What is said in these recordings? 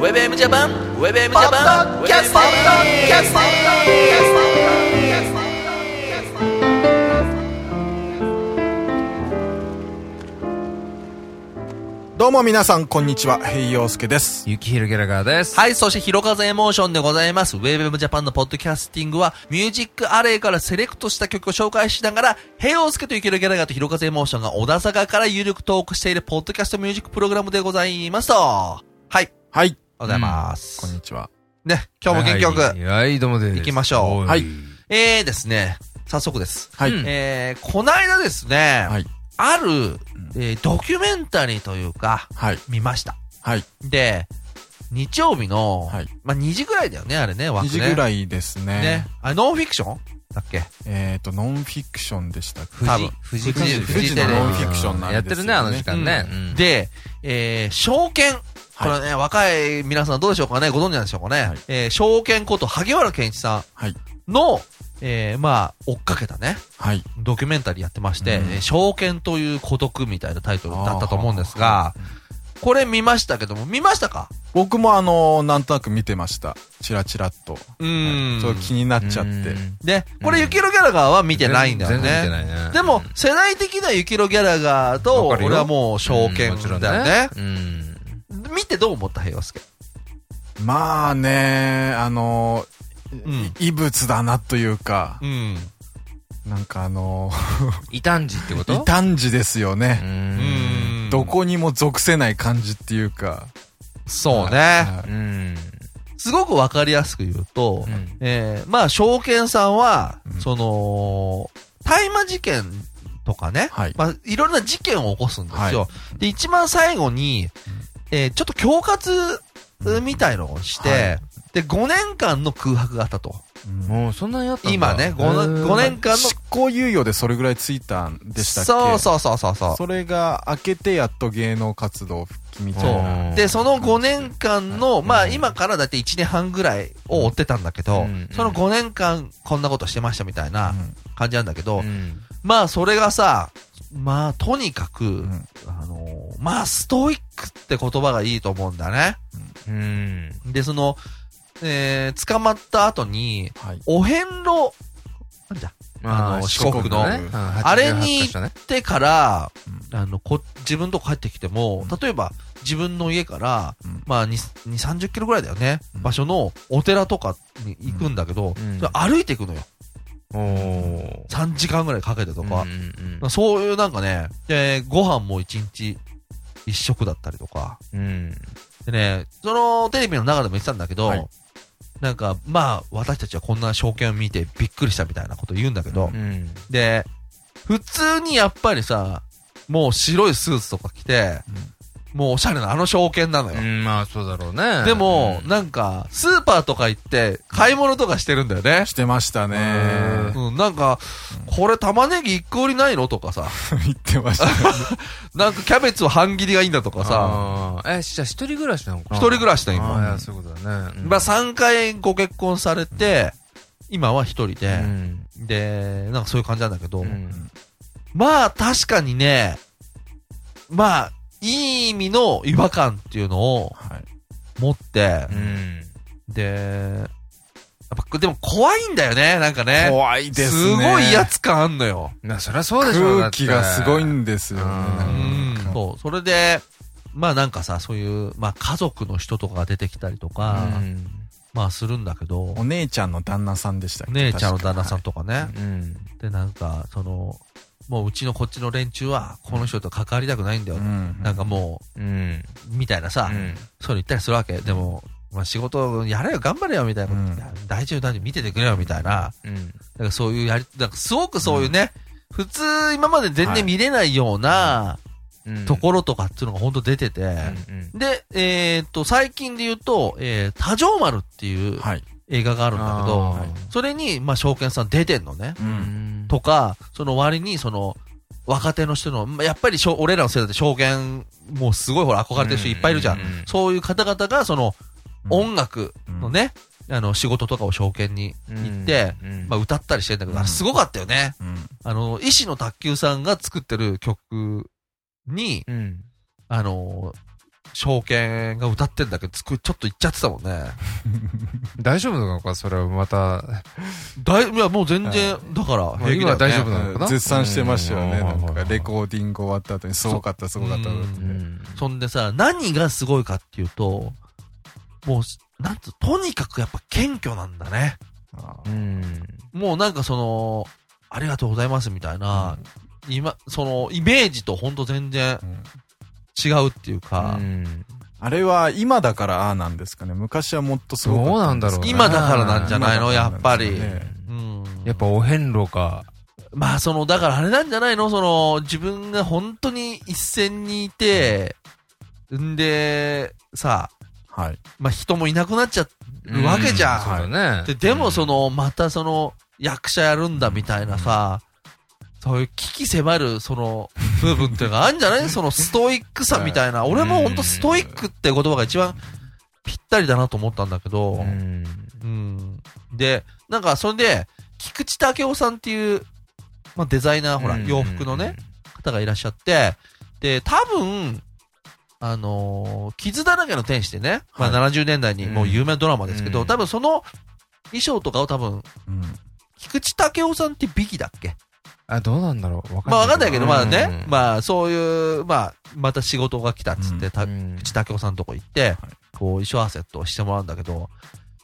WebM ジャパン WebM ジャパンキャストキャストキャストキャストキャストどうも皆さん、こんにちは。平洋介です。ゆきひろゲラガーです。はい、そして、ひろかぜエモーションでございます。ウェブエムジャパンのポッドキャスティングは、ミュージックアレイからセレクトした曲を紹介しながら、平尾介とゆきるギャラガーとひろかぜエモーションが小田坂から有力トークしているポッドキャストミュージックプログラムでございますと。はい、はい。ございます。こんにちは。ね、今日も元気よく。はい、はい、どうもです。行きましょうおはいえーですね、早速です。はい。うんえー、こないだですね、はいある、えードキュメンタリーというか、はい。見ました。はい。で、日曜日の、はいまあ、2時ぐらいだよね、あれね、枠2ね。時ぐらいですね。ね。あれ、ノンフィクションだっけえっ、と、ノンフィクションでしたっけ富多士分、富士、富士富士テのレビノンフィクションなんですよ、ね。やってるね、あの時間ね。うんで、えー、証券。これね、若い皆さんどうでしょうかねご存知なんでしょうかね、はいえー、証券こと萩原健一さはい。んの、えー、まあ、追っかけたね、はい。ドキュメンタリーやってまして、うんえー証券という孤独みたいなタイトルだったと思うんですが、これ見ましたけども、見ましたか僕もあのーなんとなく見てました。チラチラっと。うはいんちょっと気になっちゃって。うんで、これ、うんゆきろギャラガーは見てないんだよね。全然見てないね。でも、世代的なゆきろギャラガーと、わかるよ俺はもう証券うんもちろんだよね。うん。見てどう思った平和介。まあね、あのーうん異物だなというか、うん。なんかあの異端児ってこー、と異端児ですようね、ん。どこにも属せない感じっていうか。そうはね。いうん。すごくわかりやすく言うと、うんえーまあ、証券さんは、うんその、大麻事件とかね、はいまあ、いろんな事件を起こすんですよ。で、一番最後に、えーちょっと恐喝みたいのをして、はで、5年間の空白があったと。うんもう、そんなにやったんだ今ね、う 5, ん5年間の執行猶予でそれぐらいついたんでしたっけそうそうそうそうそう。それが明けてやっと芸能活動復帰みたいな。うんで、その5年間の、まあうん今からだって1年半ぐらいを追ってたんだけど、うんその5年間こんなことしてましたみたいなうん感じなんだけど、うんまあそれがさ、まあとにかく、んあのーまあストイックって言葉がいいと思うんだね。うん。で、その、えー、捕まった後に、はい。お遍路、なんだ、あの四国のねうんあれに88箇所ねってから、あの、こ、自分のとこ帰ってきても、例えば、自分の家から、うんまあ、2、30キロぐらいだよね、うん場所のお寺とかに行くんだけど、うんそれ歩いていくのよ。おー3時間ぐらいかけてとかうん。うんまあそういうなんかね、で、ご飯も1日1食だったりとか。うん。でね、そのテレビの中でも言ってたんだけど、はいなんか、まあ、私たちはこんな証券を見てびっくりしたみたいなこと言うんだけど、うん。で、普通にやっぱりさ、もう白いスーツとか着て、もうおしゃれなあの証券なのうよ。ん、まあそうだろうね。でも、うんなんか、スーパーとか行って、買い物とかしてるんだよね。してましたね。うん、なんか、これ玉ねぎ一個売りないのとかさ、言ってましたね。なんかキャベツは半切りがいいんだとかさ、あーえ、じゃあ一人暮らしなのかな一人暮らしだよ今あーいやそういうことだね。うんまあ3回ご結婚されて、今は一人うで、んで、なんかそういう感じなんだけど、うんまあ確かにね、まあ、いい意味の違和感っていうのをはい。持ってう、ん。で、やっぱ、でも怖いんだよね、なんかね。怖いですすね。ごい威圧感あんのよ。まあそりゃそうでしょ空気がすごいんんですよね。ううんん。そう、それで、まあなんかさ、そういう、まあ家族の人とかが出てきたりとだか、うんまあするんだけど、お姉ちゃんの旦那さんでしたっけ姉ちゃんの旦那さん確とかうね。ん。で、なんか、その、もううちのこっちの連中は、この人と関わりたくないんだよか。うん。なんかもうう、ん。みたいなさ、うんそういうの言ったりするわけ。でも、まあ仕事やれよ、頑張れよ、みたいなこと。うんいや大丈夫、大丈夫、見ててくれよ、みたいな。うん。なんかそういうやり、なんかすごくそういうね、普通今まで全然見れないようなうんところとかっていうのがほんと出てて、うんで、えーっと、最近で言うと、えー、多城丸っていうはい。映画があるんだけど、あーそれに、まあ、証券さん出てんのね。う。うんん。とか、その割に、その、若手の人の、まあやっぱりしょ、俺らの世代で証券、もうすごいほら、憧れてる人いっぱいいるじゃんうんうんうんうん。そういう方々が、その、音楽のね、あの、仕事とかを証券に行って、うんまあ、歌ったりしてんだけど、うんあれすごかったよね。うん。あの、医師の卓球さんが作ってる曲に、うん。あの、証券が歌ってんだけど、つくちょっと言っちゃってたもんね。大丈夫なのかそれはまた。だい、いや、もう全然、だから、平気だ今よ、ね。は大丈夫なのかな絶賛してましたよね。うんなんかレコーディング終わった後にすごかった、すごかった。うんうんそんでさ、何がすごいかっていうと、もう、なんつう、とにかくやっぱ謙虚なんだね。あうん。もうなんかその、ありがとうございますみたいな、今、その、イメージとほんと全然うん違うっていうかう、んあれは今だからああなんですかね。昔はもっとすごかったどうなんだろうね今だからなんじゃないの、やっぱり。ねうんやっぱお遍路か。まあその、だからあれなんじゃないのその、自分が本当に一線にいて、んで、さ、はい。まあ人もいなくなっちゃるわけじゃん。そうだね。で、でもその、の、またその、役者やるんだみたいなさ、そういう危機迫る、その、部分っていうのがあるんじゃないそのストイックさみたいな。俺もほんとストイックって言葉が一番ぴったりだなと思ったんだけど、うんうん。で、なんか、それで、菊池武夫さんっていう、まあ、デザイナー、ほら、洋服のね、。方がいらっしゃって、で、多分、あのー傷だらけの天使でね、まあ、70年代にもう有名なドラマですけど、うん多分その衣装とかを多分、うん菊池武夫さんって美紀だっけあ、どうなんだろう。わかんない。まあわかんないけど、まあね、あ、まあそういう、まあ、また仕事が来たっつって、たうん口武夫さんのとこ行って、こう衣装合わせとしてもらうんだけど、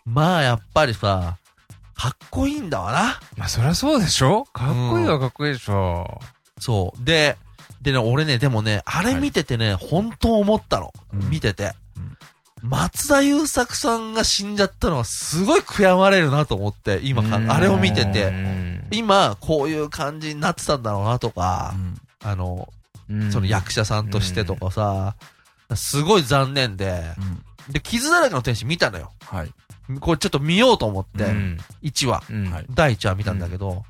まあやっぱりさ、かっこいいんだわな。まあ、そりゃそうでしょかっこいいはかっこいいでしょ。そう。で、でね、俺ね、でもね、あれ見ててね、本当思ったの。うん見ててうん。松田優作さんが死んじゃったのはすごい悔やまれるなと思って、今かう、んあれを見てうて、ん今、こういう感じになってたんだろうなとか、あの、その役者さんとしてとかさ、すごい残念で、うんで、傷だらけの天使見たのよ。はい。これちょっと見ようと思って、うん1話、うんはい第1話見たんだけど、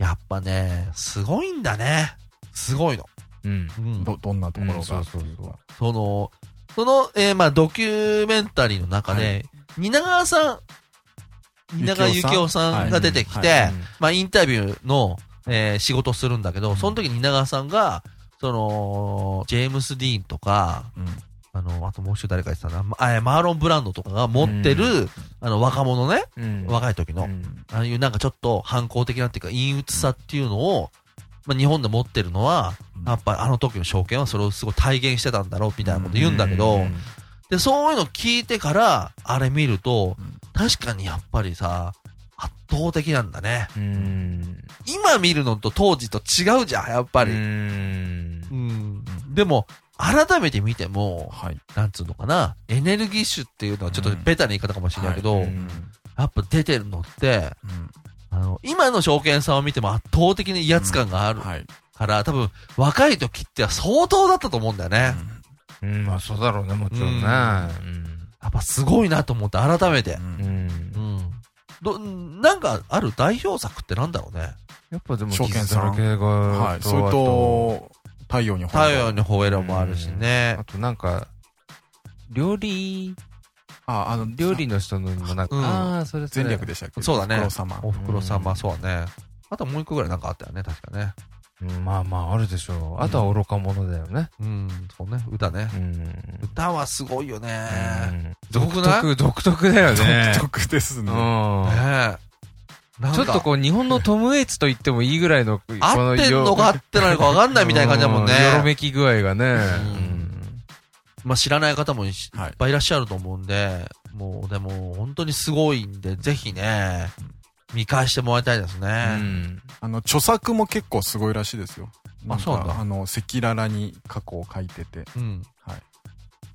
やっぱね、すごいんだね。すごいの。うんうんど、どんなところうんが。そうそうそうその、その、えーまあ、ドキュメンタリーの中で、は蜷川さん、蜷川幸雄さんが出てきて、はまあ、インタビューの、えー仕事をするんだけど、その時に蜷川さんが、その、ジェームス・ディーンとか、うんあの、あともう一人誰か言ってたな、まあえーマーロン・ブランドとかが持ってる、あの、若者ね、うん若い時の、うんああいうなんかちょっと反抗的なっていうか、陰鬱さっていうのを、まあ、日本で持ってるのは、うんやっぱあの時の証券はそれをすごい体現してたんだろうみたいなこと言うんだけど、うんで、そういうの聞いてから、あれ見ると、確かにやっぱりさ、圧倒的なんだね。うん今見るのと当時と違うじゃん、やっぱり。うんうん。でも、改めて見ても、はい。なんつうのかな、エネルギッシュっていうのはちょっとベタな言い方かもしれないけど、はいうんやっぱ出てるのって、うんあの、今の証券さんを見ても圧倒的に威圧感があるはい。から、多分若い時っては相当だったと思うんだよね。うんまあ、そうだろうね、もちろんね。やっぱすごいなと思って、改めてう。うんんうん。ど、なんかある代表作ってなんだろうね。やっぱでも、証券傷さだんらけが、はい。それあと、と、太陽にほ太陽に吠えろもあるしね。あとなんか、料理、あ、あの、料理の人のもなんか、うんああ、それそ前れ略でしたっけそうだね黒様。おふくろさんまあそうだね。あともう一個ぐらいなんかあったよね、確かね。うんまあまあ、あるでしょう。あとは愚か者だよね。うん、そうね、歌ね。うん。歌はすごいよね。うん独独特特、独特だよね。独特ですね。うん。ねえ。なんちょかっとこう、日本のトム・エイツと言ってもいいぐらいの、こ合ってんのか合ってないのか分かんないみたいな感じだもんね。うんよろめき具合がね。まあ知らない方もいしはいいっぱいいらっしゃると思うんで、もうでも本当にすごいんで、ぜひね、見返してもらいたいですうね。ん。あの、著作も結構すごいらしいですよ。あそうなんだかあの、赤裸々に過去を書いてて。うん。はい。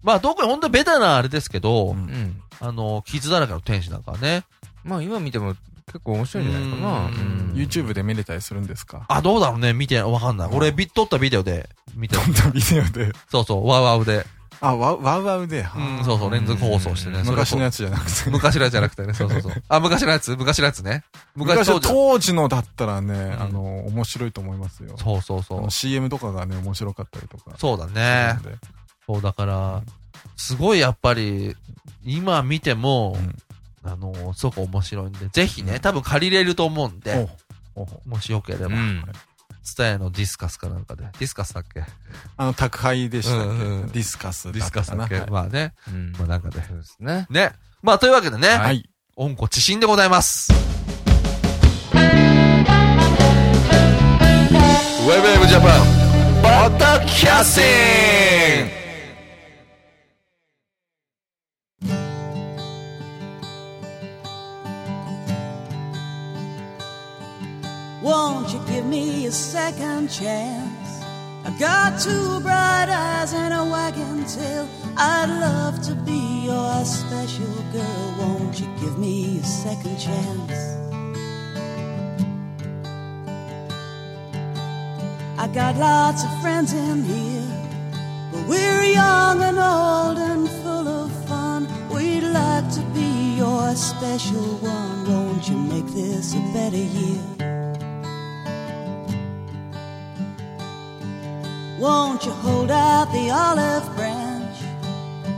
まあ特に本当にベタなあれですけど、うんうん。あの、傷だらけの天使なんかはね。まあ、今見ても結構面白いんじゃないかな。うんうん YouTube で見れたりするんですかあ、どうだろうね見て、わかんない。俺、ビ撮ったビデオで見てるど。んなビデオで。そうそう、ワウワウで。あ、ワウワウワウで。はうあん、そうそう、連続放送してね。それこ昔のやつじゃなくて。昔のやつじゃなく てね。そうそうそう。あ、昔のやつ昔のやつね。昔昔当は時。当時のだったらね、あの、面白いと思いますよ。そうそうあそうの。CM とかがね、面白かったりとか。そうだね。う。そう、だから、すごいやっぱり、今見ても、うんあの、すごく面白いんで、ぜひね、多分借りれると思うんで、おうおうもしよければ、うん。ツタヤのディスカスかなんかで。ディスカスだっけあの、宅配でしたっけ、うんうんディスカスディだスったカスかだな。っけはいまあね。うんまあなんかね。そうですね。ね。まあというわけでね。は。はい温故知新でございます。ウェブウェブジャパン、ポッドキャスティング Won't you give me a second chance? I got two bright eyes and a wagging tail. I'd love to be your special girl. Won't you give me a second chance? I got lots of friends in here, but we're young and old and full of fun. We'd like to be your special one. Won't you make this a better year? Won't you hold out the olive branch?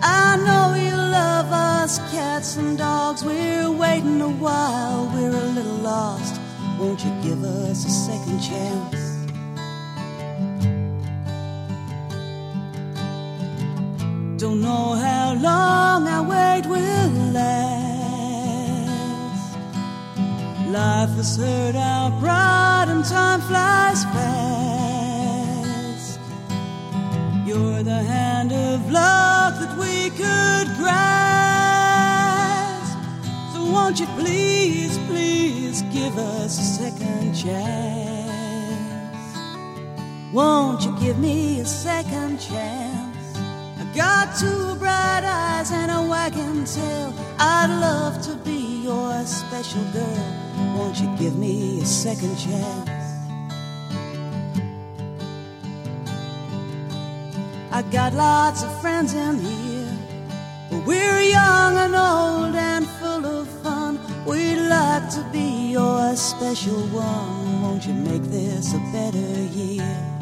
I know you love us cats and dogs. We're waiting a while, we're a little lost. Won't you give us a second chance? Don't know how long our wait will last. Life has hurt our pride and time flies fast. You're the hand of love that we could grasp. So won't you please, please give us a second chance? Won't you give me a second chance? I got two bright eyes and a wagging tail. I'd love to be your special girl. Won't you give me a second chance? I got lots of friends in here. But we're young and old and full of fun. We'd like to be your special one. Won't you make this a better year?